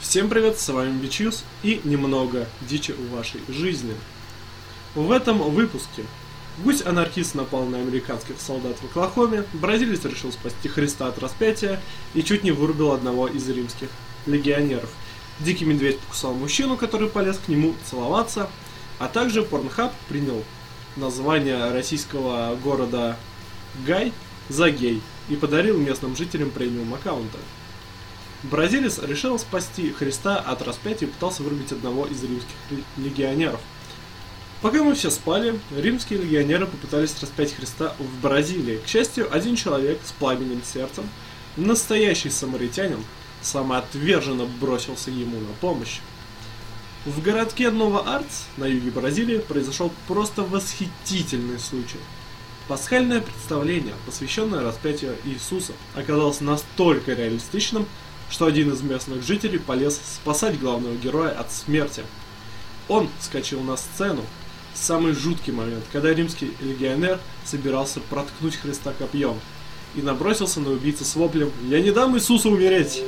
Всем привет, с вами Бичьюс и немного дичи в вашей жизни. В этом выпуске гусь-анархист напал на американских солдат в Оклахоме, бразилец решил спасти Христа от распятия и чуть не вырубил одного из римских легионеров. Дикий медведь покусал мужчину, который полез к нему целоваться, а также Порнхаб принял название российского города Гай за гей и подарил местным жителям премиум аккаунта. Бразилец решил спасти Христа от распятия и пытался вырубить одного из римских ле- легионеров. Пока мы все спали, римские легионеры попытались распять Христа в Бразилии. К счастью, один человек с пламенным сердцем, настоящий самаритянин, самоотверженно бросился ему на помощь. В городке Нова-Артс на юге Бразилии произошел просто восхитительный случай. Пасхальное представление, посвященное распятию Иисуса, оказалось настолько реалистичным, что один из местных жителей полез спасать главного героя от смерти. Он вскочил на сцену. Самый жуткий момент, когда римский легионер собирался проткнуть Христа копьем и набросился на убийцу с воплем «Я не дам Иисусу умереть!»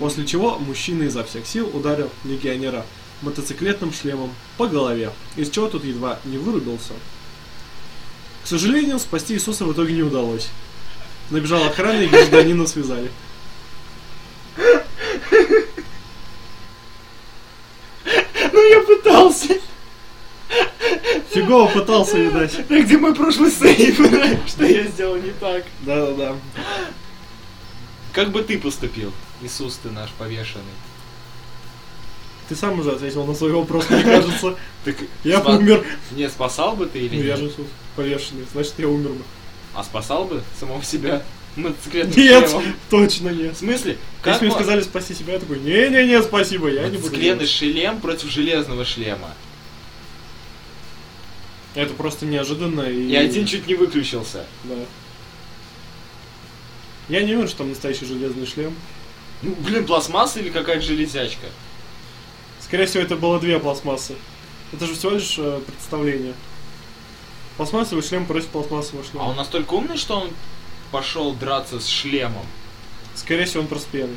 После чего мужчина изо всех сил ударил легионера мотоциклетным шлемом по голове, из чего тут едва не вырубился. К сожалению, спасти Иисуса в итоге не удалось. Набежал охрана и гражданина связали. Ну я пытался. Фигово пытался, видать. Да где мой прошлый сейф? Что я сделал не так? Да-да-да. Как бы ты поступил, Иисус ты наш повешенный? Ты сам уже ответил на свой вопрос, мне кажется. Так Я спа- умер. Не, спасал бы ты или Ну, я нет? же Иисус повешенный, значит, я умер бы. А спасал бы самого себя мотоциклетным Нет, шлемом? точно В нет. смысле? Как Если мне мо- сказали спасти себя, я такой, не-не-не, спасибо, я не буду. Мотоциклетный шлем против железного шлема. Это просто неожиданно и... И один чуть не выключился. Да. Я не уверен, что там настоящий железный шлем. Ну, блин, пластмасса или какая-то железячка? Скорее всего, это было две пластмассы. Это же всего лишь э, представление. Пластмассовый шлем против пластмассового А он шлема. настолько умный, что он пошел драться с шлемом Скорее всего, он просто пьяный.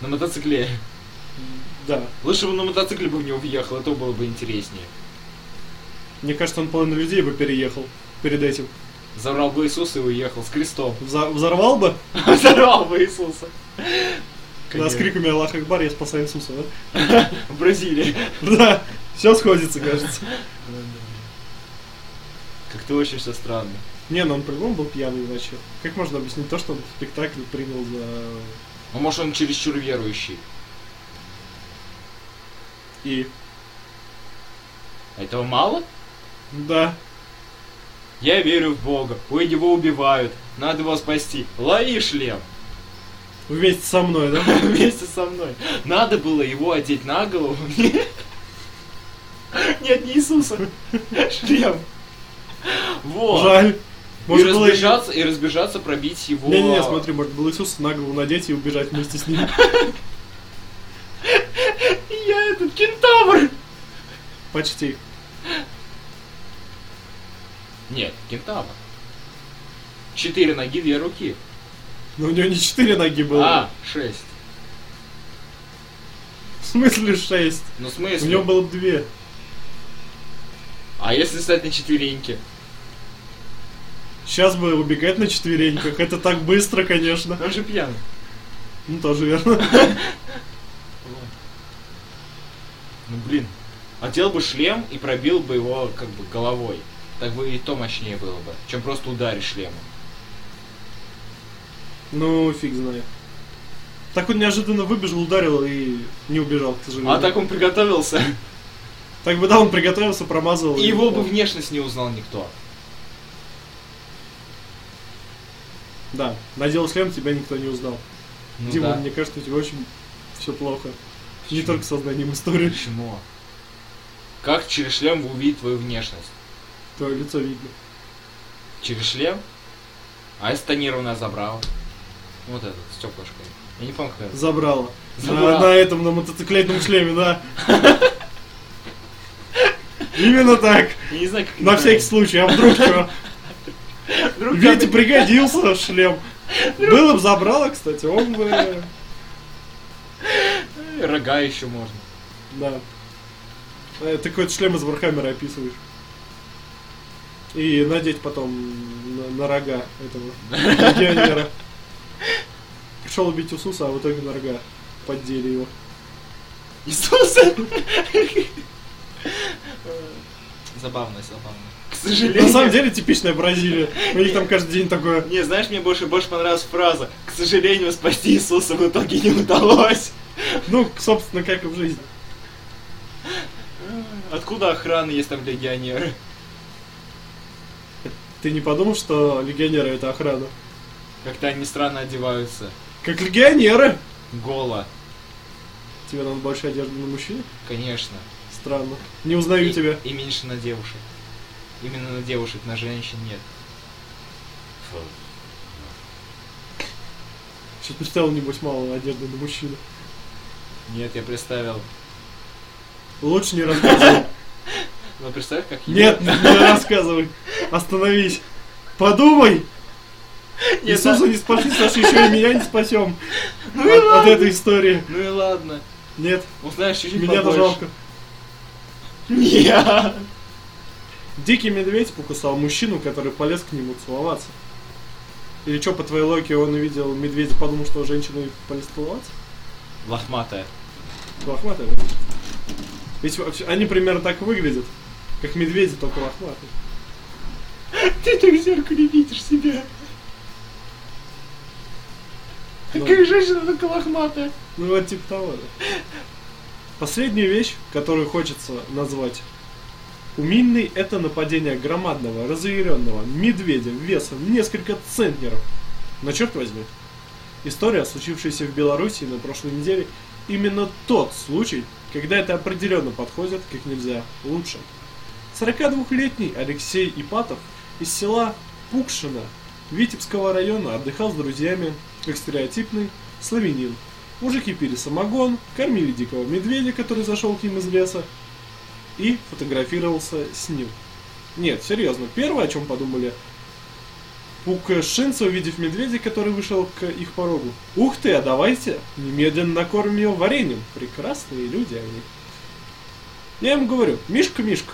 на мотоцикле. Да. Лучше бы на мотоцикле бы в него въехал, это было бы интереснее. Мне кажется, он половину людей бы переехал перед этим. Забрал бы Иисуса и уехал с крестом. Вза- взорвал бы, Взорвал бы Иисуса. да, с криками «Аллах Акбар, я спасаю Иисуса», В Бразилии. да? Да, все сходится, кажется. Как-то очень все странно. Не, ну он по-любому был пьяный иначе. Как можно объяснить то, что он в спектакль принял за... А может он чересчур верующий? И... А Этого мало? Да. Я верю в Бога. Ой, его убивают. Надо его спасти. Лови шлем. Вместе со мной, да? Вместе со мной. Надо было его одеть на голову. Нет, Нет, не Иисуса. Шлем. Вот. Жаль. И Может было... разбежаться, и разбежаться, пробить его... Не-не-не, смотри, может было Иисуса на голову надеть и убежать вместе с ним. Я этот кентавр! Почти. Нет, кентавр. Четыре ноги, две руки. Но у него не четыре ноги было. А, шесть. В смысле шесть? Ну, в У смысле? него было бы две. А если стать на четвереньке? Сейчас бы убегать на четвереньках. Это так быстро, конечно. Он же пьяный. Ну, тоже верно. Вот. Ну, блин. Одел бы шлем и пробил бы его, как бы, головой. Так бы и то мощнее было бы, чем просто ударить шлемом. Ну, фиг знает. Так он неожиданно выбежал, ударил и не убежал, к сожалению. А так он приготовился. Так бы да, он приготовился, промазал. И его бы внешность не узнал никто. Да, надел шлем, тебя никто не узнал. Ну Дима, да. мне кажется, у тебя очень все плохо. Не Почему? только с сознанием истории. Почему? Как через шлем вы увидите твою внешность? Твое лицо видно. Через шлем? А если тонированная забрала? Вот этот, с стеклышкой. Я не помню, как это. Забрало. Забрало. На, на этом, на мотоциклетном шлеме, да. Именно так. Я не знаю, как На это всякий называется. случай. А вдруг что? Вдруг Вите она- пригодился шлем. Было бы забрало, кстати, он бы... рога еще можно. Да. Э, Ты какой-то шлем из Вархаммера описываешь. И надеть потом на, на рога этого легионера. Пришел убить Усуса, а в итоге на рога поддели его. Иисуса! Забавно, забавно. К сожалению. На самом деле типичная Бразилия. У них там каждый день такое. Не, знаешь, мне больше больше понравилась фраза. К сожалению, спасти Иисуса в итоге не удалось. Ну, собственно, как и в жизни. Откуда охрана есть там легионеры? Ты не подумал, что легионеры это охрана? Как-то они странно одеваются. Как легионеры! Голо, Тебе надо больше одежды на мужчине? конечно. Странно. Не узнаю и, тебя. И меньше на девушек. Именно на девушек, на женщин нет. Фу. Сейчас представил, небось, мало одежды на мужчину. Нет, я представил. Лучше не рассказывай. Ну представь, как я- Нет, не рассказывай. Остановись. Подумай. Нет, Иисуса да. не спасли, Саша, еще и меня не спасем Ну и от, от ладно. этой истории. Ну и ладно. Нет, Узнаешь чуть-чуть меня-то побольше. жалко. Нет. Дикий медведь покусал мужчину, который полез к нему целоваться. Или что, по твоей логике, он увидел медведя, подумал, что женщина и полез целоваться? Лохматая. Лохматый. Ведь вообще- они примерно так выглядят, как медведи, только лохматые. Ты так в зеркале видишь себя. Ну. Как женщина только лохматая. Ну вот типа того, да. Последняя вещь, которую хочется назвать умильной, это нападение громадного, разъяренного медведя весом в несколько центнеров. Но черт возьми, история, случившаяся в Беларуси на прошлой неделе, именно тот случай, когда это определенно подходит как нельзя лучше. 42-летний Алексей Ипатов из села Пукшина Витебского района отдыхал с друзьями, как стереотипный славянин. Мужики пили самогон, кормили дикого медведя, который зашел к ним из леса, и фотографировался с ним. Нет, серьезно, первое, о чем подумали пукшинцы, увидев медведя, который вышел к их порогу. Ух ты, а давайте немедленно накормим его вареньем. Прекрасные люди они. Я им говорю, Мишка, Мишка.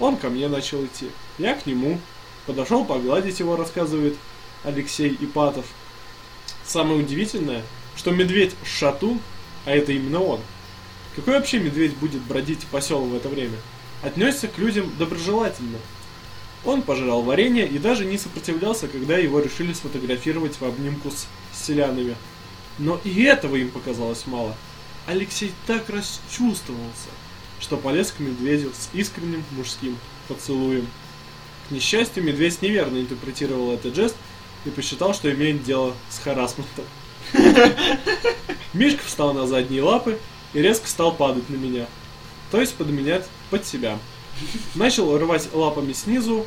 Он ко мне начал идти. Я к нему. Подошел погладить его, рассказывает Алексей Ипатов. Самое удивительное, что медведь шатун, а это именно он. Какой вообще медведь будет бродить по селу в это время? Отнесся к людям доброжелательно. Он пожирал варенье и даже не сопротивлялся, когда его решили сфотографировать в обнимку с селянами. Но и этого им показалось мало. Алексей так расчувствовался, что полез к медведю с искренним мужским поцелуем. К несчастью, медведь неверно интерпретировал этот жест и посчитал, что имеет дело с харасментом. Мишка встал на задние лапы и резко стал падать на меня. То есть подменять под себя. Начал рвать лапами снизу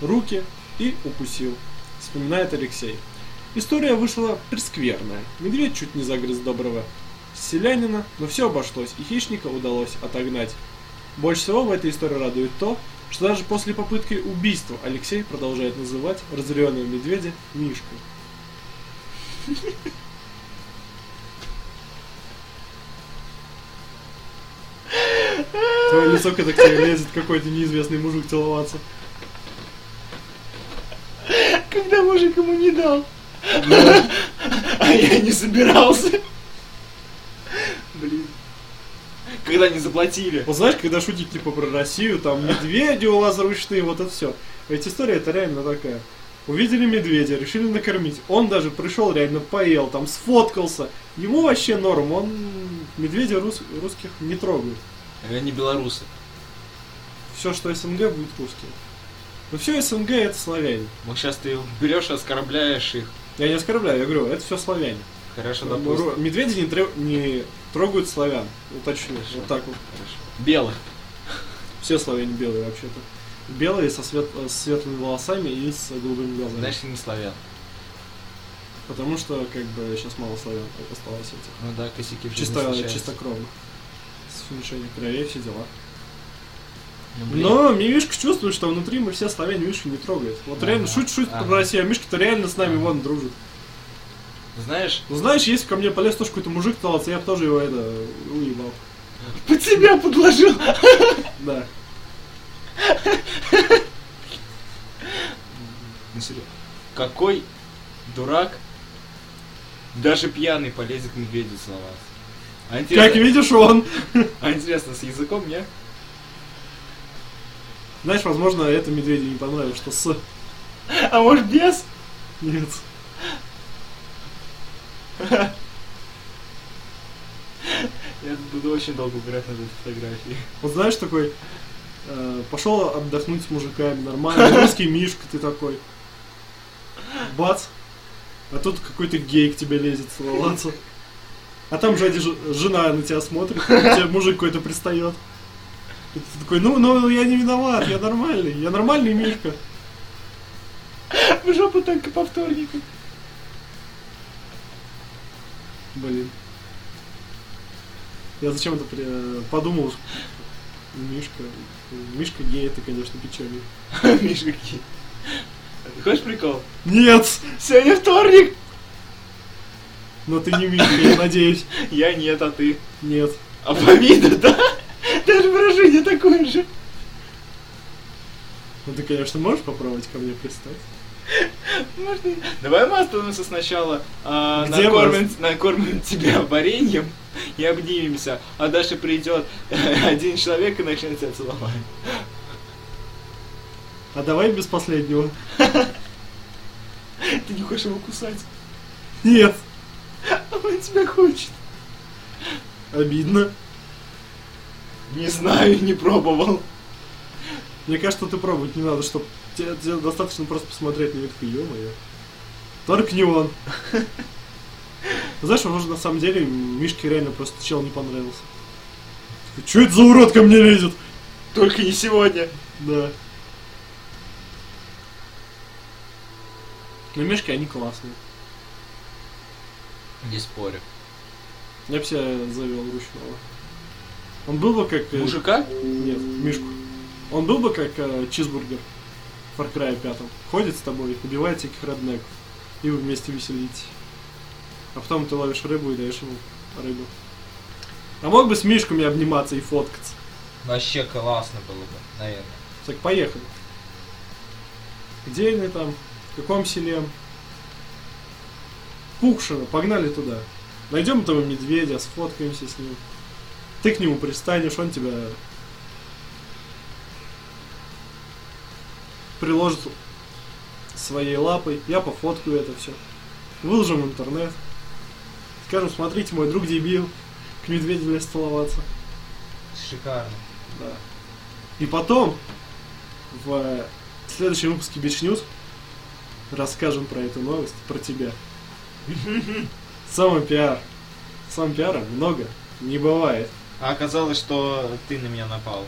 руки и укусил, вспоминает Алексей. История вышла прескверная. Медведь чуть не загрыз доброго селянина, но все обошлось, и хищника удалось отогнать. Больше всего в этой истории радует то, что даже после попытки убийства Алексей продолжает называть разъяренного медведя Мишкой. Твое лицо, когда к тебе лезет какой-то неизвестный мужик целоваться. А Когда мужик ему не дал. А я не собирался. Блин. Когда не заплатили. Вот знаешь, когда шутить типа про Россию, там медведи у вас ручные, вот это все. Ведь история это реально такая. Увидели медведя, решили накормить. Он даже пришел, реально поел, там сфоткался. Ему вообще норм, он медведя рус- русских не трогает. Они белорусы. Все, что СНГ, будет русским. Но все СНГ это славяне. Вот сейчас ты берешь и оскорбляешь их. Я не оскорбляю, я говорю, это все славяне. Хорошо, допустим. Ру- Медведи не, тре- не трогают славян, уточню, Хорошо. вот так вот. Хорошо. Белых. Все славяне белые вообще-то. Белые со свет- э, с светлыми волосами и с голубыми глазами. Значит, не славян. Потому что как бы сейчас мало славян осталось этих. Ну да, косяки в жизни Чисто, случаются. чистокровных. С уменьшением крови все дела. Ну, блин. Но ми- Мишка чувствует, что внутри мы все славяне Мишку не трогает. Вот Ага, реально шутит-шутит ага. про Россию, а Мишка-то реально с нами Ага. вон дружит. Знаешь, Ну знаешь, если ко мне полез тоже какой-то мужик толаться, я бы тоже его это уебал. под себя подложил. Да. Ну, серьезно. Какой дурак даже пьяный полезет к медведю целоваться. А Как интересно, видишь, он. а интересно, с языком, не? Знаешь, возможно, это медведю не понравилось, что с... А может без? Нет. Я буду очень долго убирать на этой фотографии. Вот знаешь, такой, э, пошел отдохнуть с мужиками, нормально, русский мишка ты такой. Бац. А тут какой-то гей к тебе лезет целоваться. А там сзади ж- жена на тебя смотрит, тебе мужик какой-то пристает. И ты такой, ну, ну, я не виноват, я нормальный, я нормальный мишка. В жопу только по вторникам. Блин. Я зачем это при- подумал? Мишка, Мишка гей, это, конечно, печально. Миша, какие. Хочешь прикол? Нет! Сегодня вторник! Но ты не Мишка, я надеюсь. Я нет, а ты. Нет. А по виду, да? Даже выражение такое же. Ну ты, конечно, можешь попробовать ко мне пристать. Можно... Давай мы остановимся сначала. а, Где накормим, накормим тебя вареньем и обнимемся. А дальше придет один человек и начнет тебя целовать. А давай без последнего. Ты не хочешь его кусать, Нет, а он тебя хочет. обидно. Не знаю, не пробовал. Мне кажется, ты пробовать не надо, чтобы... Тебе, тебе достаточно просто посмотреть на это, ё-моё. Только не он. Знаешь, возможно, на самом деле Мишке реально просто чел не понравился. Такой, Чё это за урод ко мне лезет? Только не сегодня. Да. Но Мишки, Ну, они классные. Не спорю. Я бы себя завел ручного. Он был бы как... э, Мужика? Нет, Мишку. Он был бы как э, чизбургер в Far Cry 5. Ходит с тобой, убивает всяких роднеков. И вы вместе веселитесь. А потом ты ловишь рыбу и даешь ему рыбу. А мог бы с Мишками обниматься и фоткаться. Вообще классно было бы, наверное. Так, поехали. Где они там? В каком селе? Пукшино, погнали туда. Найдем этого медведя, сфоткаемся с ним. Ты к нему пристанешь, он тебя приложит своей лапой. Я пофоткаю это все. Выложим в интернет. Скажем, смотрите, мой друг дебил. К медведю лез целоваться. Шикарно. Да. И потом в э, следующем выпуске Бич News расскажем про эту новость, про тебя. Самый пиар. Сам пиара много не бывает. А оказалось, что ты на меня напал.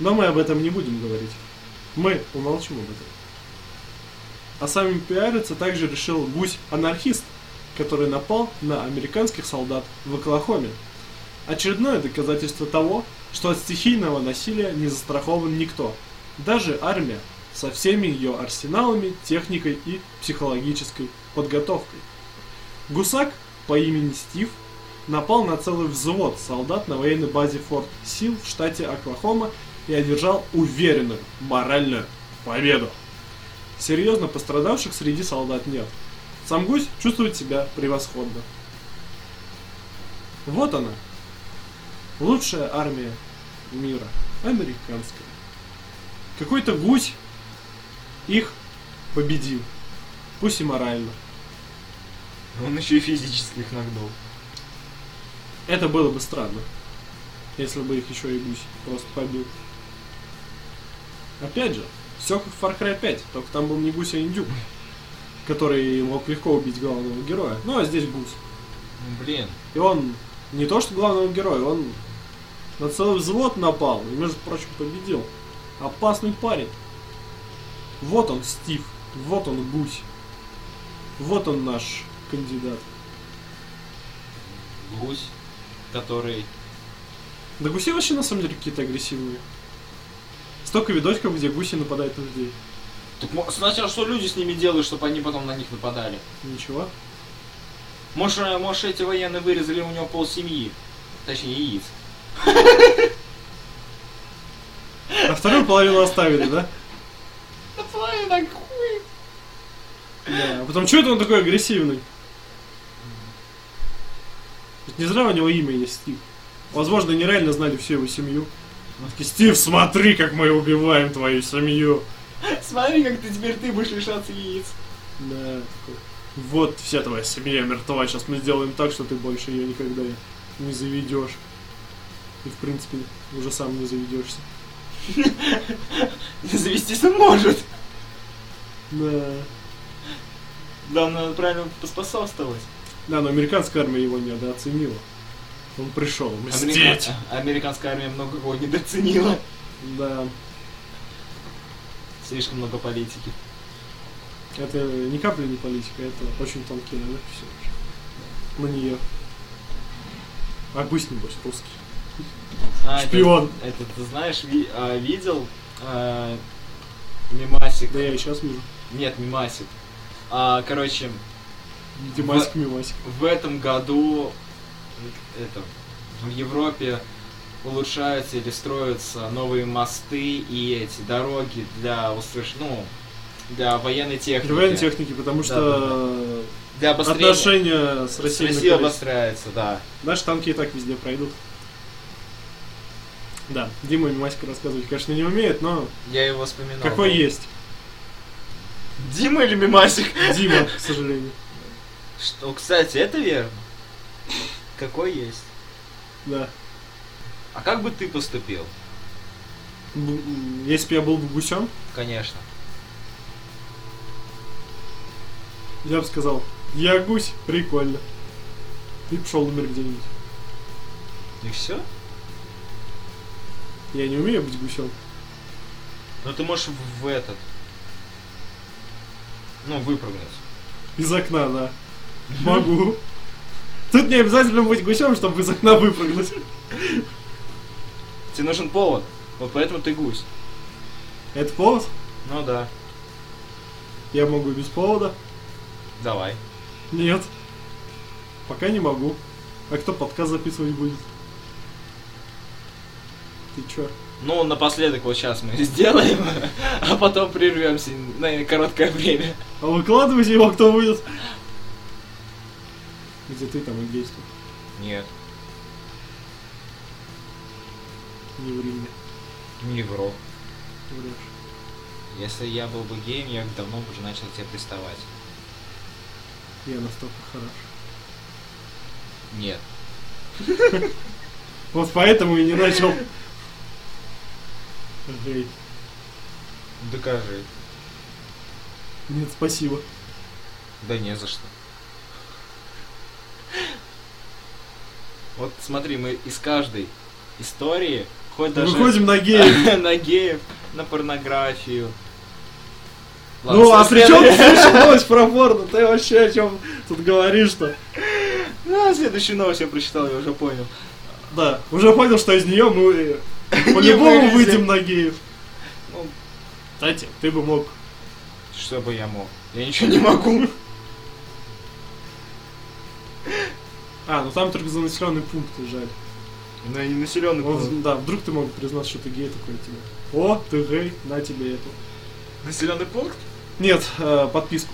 Но мы об этом не будем говорить. Мы умолчим об этом. А самим пиариться также решил гусь-анархист, который напал на американских солдат в Оклахоме. Очередное доказательство того, что от стихийного насилия не застрахован никто. Даже армия со всеми ее арсеналами, техникой и психологической подготовкой. Гусак по имени Стив напал на целый взвод солдат на военной базе Форт Сил в штате Оклахома и одержал уверенную моральную победу. Серьезно пострадавших среди солдат нет. Сам гусь чувствует себя превосходно. Вот она. Лучшая армия мира. Американская. Какой-то гусь их победил. Пусть и морально. Он еще и физически их нагнул. Это было бы странно, если бы их еще и гусь просто побил. Опять же, все как в Far Cry 5, только там был не гусь, а индюк, который мог легко убить главного героя. Ну, а здесь гусь. Ну, блин. И он не то что главного героя, он на целый взвод напал и, между прочим, победил. Опасный парень. Вот он, Стив. Вот он, гусь. Вот он наш кандидат. Гусь, который... Да гуси вообще на самом деле какие-то агрессивные. Столько видочков, где гуси нападают на людей. Так мо- сначала что люди с ними делают, чтобы они потом на них нападали? Ничего. Может, э, может эти военные вырезали у него пол семьи. Точнее, яиц. А вторую половину оставили, да? Половина хуй. Да. А потом, что это он такой агрессивный? Ведь не зря у него имя есть Стив. Возможно, они реально знали всю его семью. Они такие, Стив, смотри, как мы убиваем твою семью. Смотри, как ты теперь ты будешь лишаться яиц. Да, такой, вот вся твоя семья мертва, сейчас мы сделаем так, что ты больше ее никогда не заведешь. И, в принципе, уже сам не заведешься. Завестись он может. Да. Главное, надо правильно поспособствовать. Да, но американская армия его недооценила. Он пришел мстить. Америка- а- Американская армия много кого недооценила. Да. Слишком много политики. Это ни капли не политика, это очень тонкие намеки все На нее. А пусть небось русский. А, это- Шпион. Это, ты знаешь, ви- а, видел а, мимасик? Да я и сейчас вижу. Нет, мимасик. А, короче, Димасик, мимасик. в этом году это, в Европе улучшаются или строятся новые мосты и эти дороги для устраш- ну, для военной техники. Кривая техники, потому что Для обострения. отношения с С Россией Россией накалились. обостряется, да. Наши танки и так везде пройдут. Да, Дима мимасика рассказывать, конечно, не умеет, но Я его вспоминал. какой есть? Дима или Мимасик? Дима, к сожалению. Что, кстати, это верно. Какой есть. Да. А как бы ты поступил? Б- м, Если бы я был бы гусем, Конечно. Я бы сказал, я гусь, прикольно. И пошел умер где-нибудь. И все? Я не умею быть гусем. Ну ты можешь в в этот. Ну, выпрыгнуть. Из окна, да. Могу. Тут не обязательно быть гусем, чтобы из окна выпрыгнуть. Тебе нужен повод. Вот поэтому ты гусь. Это повод? Ну да. Я могу без повода? Давай. Нет. Пока не могу. А кто подкаст записывать будет? Ты чё? Ну, напоследок вот сейчас мы сделаем, а потом прервемся на короткое время. А выкладывайте его, кто будет? Где ты там и действуй. Нет, Не ври мне. не вру. Врешь. Если я был бы геем, я бы давно бы уже начал тебе приставать. Я настолько хорош. Нет. Вот поэтому и не начал. Эй, Докажи. Нет, спасибо. Да не за что. Вот смотри, мы из каждой истории, хоть даже Выходим на гей. на геев, на порнографию. Ну, а при чем следующая- слышалось про порно? Ты вообще о чем тут говоришь-то? А, следующую новость я прочитал, я уже понял. Да, уже понял, что из нее мы э, Не по-любому вылезем. выйдем на геев. Ну, Кстати, ты бы мог. что бы я мог? Я ничего не могу. А, ну там только за населенный пункт жаль. Но Ну, я не населенный Он- пункт. Ну, да, вдруг ты мог признаться, что ты гей такой типа. тебе. О, ты гей, на тебе это. Населенный пункт? Нет, э, подписку.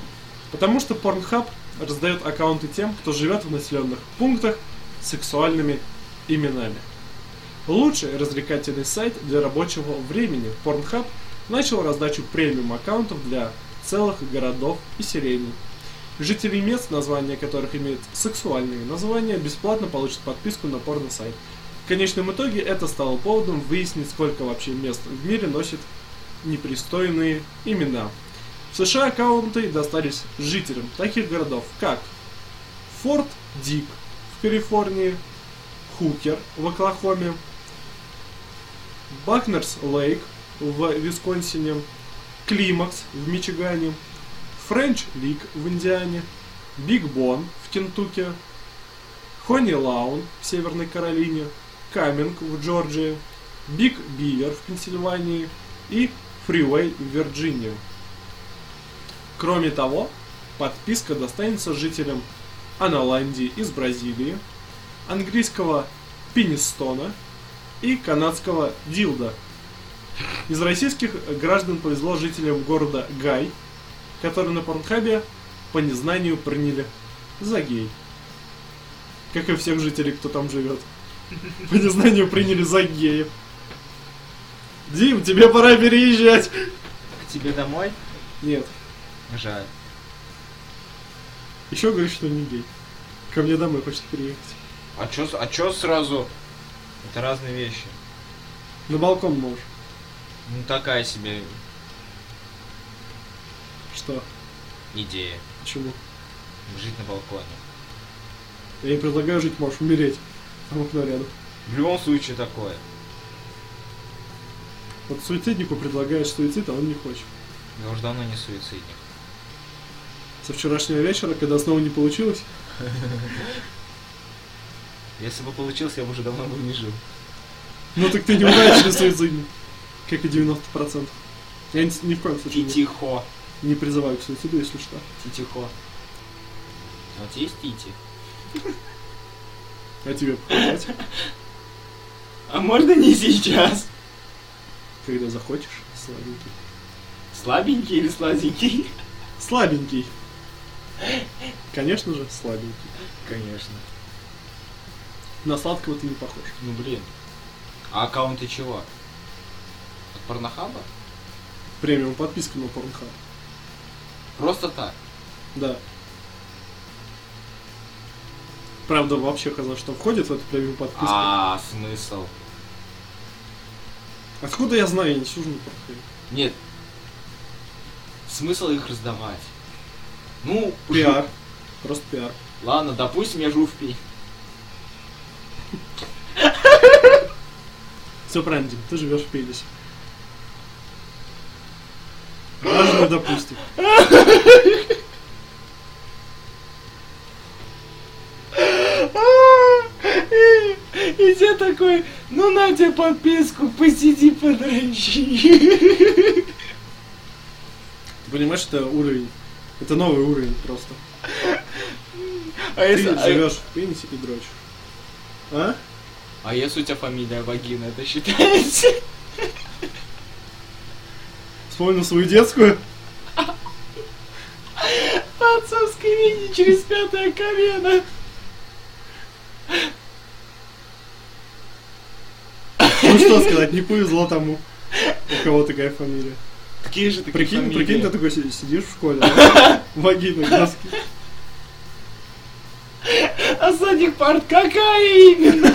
Потому что Pornhub раздает аккаунты тем, кто живет в населенных пунктах с сексуальными именами. Лучший развлекательный сайт для рабочего времени Pornhub начал раздачу премиум аккаунтов для целых городов и селений. Жители мест, названия которых имеют сексуальные названия, бесплатно получат подписку на порно-сайт. В конечном итоге это стало поводом выяснить, сколько вообще мест в мире носит непристойные имена. В США аккаунты достались жителям таких городов, как Форт Дик в Калифорнии, Хукер в Оклахоме, Бакнерс Лейк в Висконсине, Климакс в Мичигане, Френч Лик в Индиане, Биг Бон в Кентукки, Хони Лаун в Северной Каролине, Каминг в Джорджии, Биг Бивер в Пенсильвании и Фриуэй в Вирджинии. Кроме того, подписка достанется жителям Аналандии из Бразилии, английского Пинистона и канадского Дилда. Из российских граждан повезло жителям города Гай, который на Порнхабе по незнанию приняли за гей. Как и всех жителей, кто там живет. По незнанию приняли за геев. Дим, тебе пора переезжать. К тебе домой? Нет. Жаль. Еще говоришь, что не гей. Ко мне домой хочет приехать. А чё, с- а чё сразу? Это разные вещи. На балкон можешь. Ну такая себе Что? идея. Почему? Жить на балконе. Я ей предлагаю жить, можешь умереть. Там окно рядом. В любом случае такое. Вот суициднику предлагаешь суицид, а он не хочет. Я уже давно не суицидник. Со вчерашнего вечера, когда снова не получилось, Если бы получился, я бы уже давно бы не жил. ну так ты неудачный суицидник. Как и 90%. Я ни, ни в коем случае не, Титихо. не призываю к суициду, если что. Титихо. А у тебя есть Тити? А тебе показать, А можно не сейчас? когда захочешь, слабенький. Слабенький или сладенький? Слабенький. Конечно же, слабенький. Конечно. На сладкого ты не похож. Ну блин. А аккаунты чего? От порнохаба? Премиум подписка на Pornhub. Просто так. Да. Правда, вообще хаза, что входит в эту премиум подписку. А, смысл. Откуда я знаю, я не сижу на Pornhub. Нет. Смысл их раздавать. Ну, Пиар. Просто пиар. Ладно, допустим, я живу в пи. Все правильно, Дим, ты живешь в пенисе. Даже не допустим. И тебе такой, ну на тебе подписку, посиди подранчи. Ты понимаешь, это уровень. Это новый уровень просто. А Ты если, а, живешь в пенисе и дрочишь. А? а если у тебя фамилия Вагина, это считается? Вспомнил свою детскую? По отцовской линии через пятое колено. Ну что сказать, не повезло тому, у кого такая фамилия. Какие же такие Прикинь, фамилии? прикинь, ты такой си- сидишь в школе, да? вагина, глазки. А с задних парт какая именно?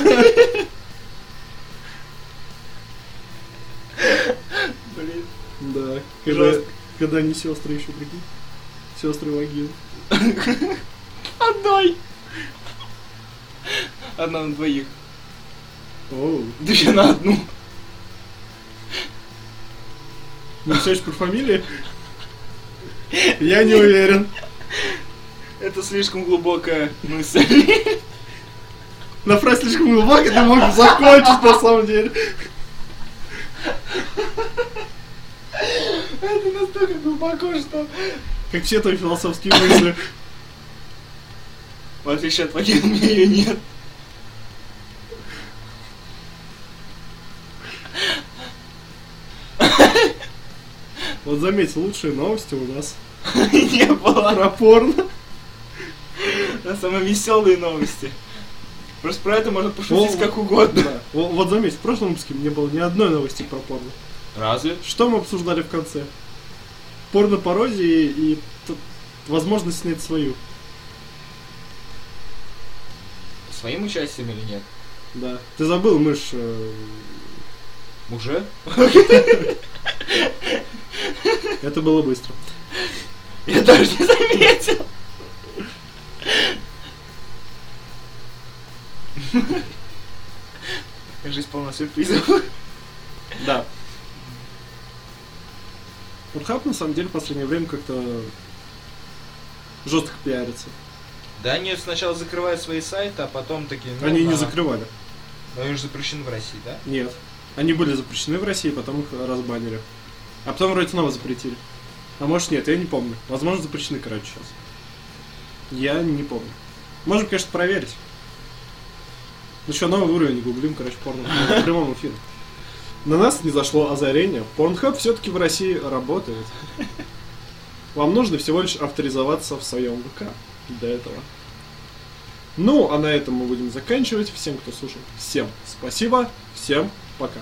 Блин. Да, когда, Жестко. когда они сестры еще, прикинь. Сестры вагины. Одной. Одна на двоих. Оу. Две на одну. Ну, все еще про фамилии? Я не уверен. Это слишком глубокая мысль. На фраз слишком глубоко, ты мог закончить на самом деле. Это настолько глубоко, что... Как все твои философские мысли. В отличие от Вагина, у меня ее нет. Вот заметь, лучшие новости у нас Не было. про порно. Это самые веселые новости. Просто про это можно пошутить О. как угодно. Да. Во- Вот заметь, в прошлом выпуске не было ни одной новости про порно. Разве? Что мы обсуждали в конце? Порно-пародии и т- возможность снять свою. Своим участием или нет? Да. Ты забыл, мы ж... э, Уже? Это было быстро. Я даже не заметил. Жизнь полна сюрпризов. Да. Порнхаб на самом деле в последнее время как-то жестко пиарится. Да они сначала закрывают свои сайты, а потом такие... ну, Они не на- закрывали. Они же запрещены в России, да? Нет. Они были запрещены в России, потом их разбанили. А потом вроде снова запретили. А может нет, я не помню. Возможно, запрещены, короче, сейчас. Я не помню. Можем, конечно, проверить. Ну что, новый уровень гуглим, короче, порно в прямом эфире. На нас не зашло озарение. Порнхаб все-таки в России работает. Вам нужно всего лишь авторизоваться в своем ВК до этого. Ну, а на этом мы будем заканчивать. Всем, кто слушал, всем спасибо. Всем пока.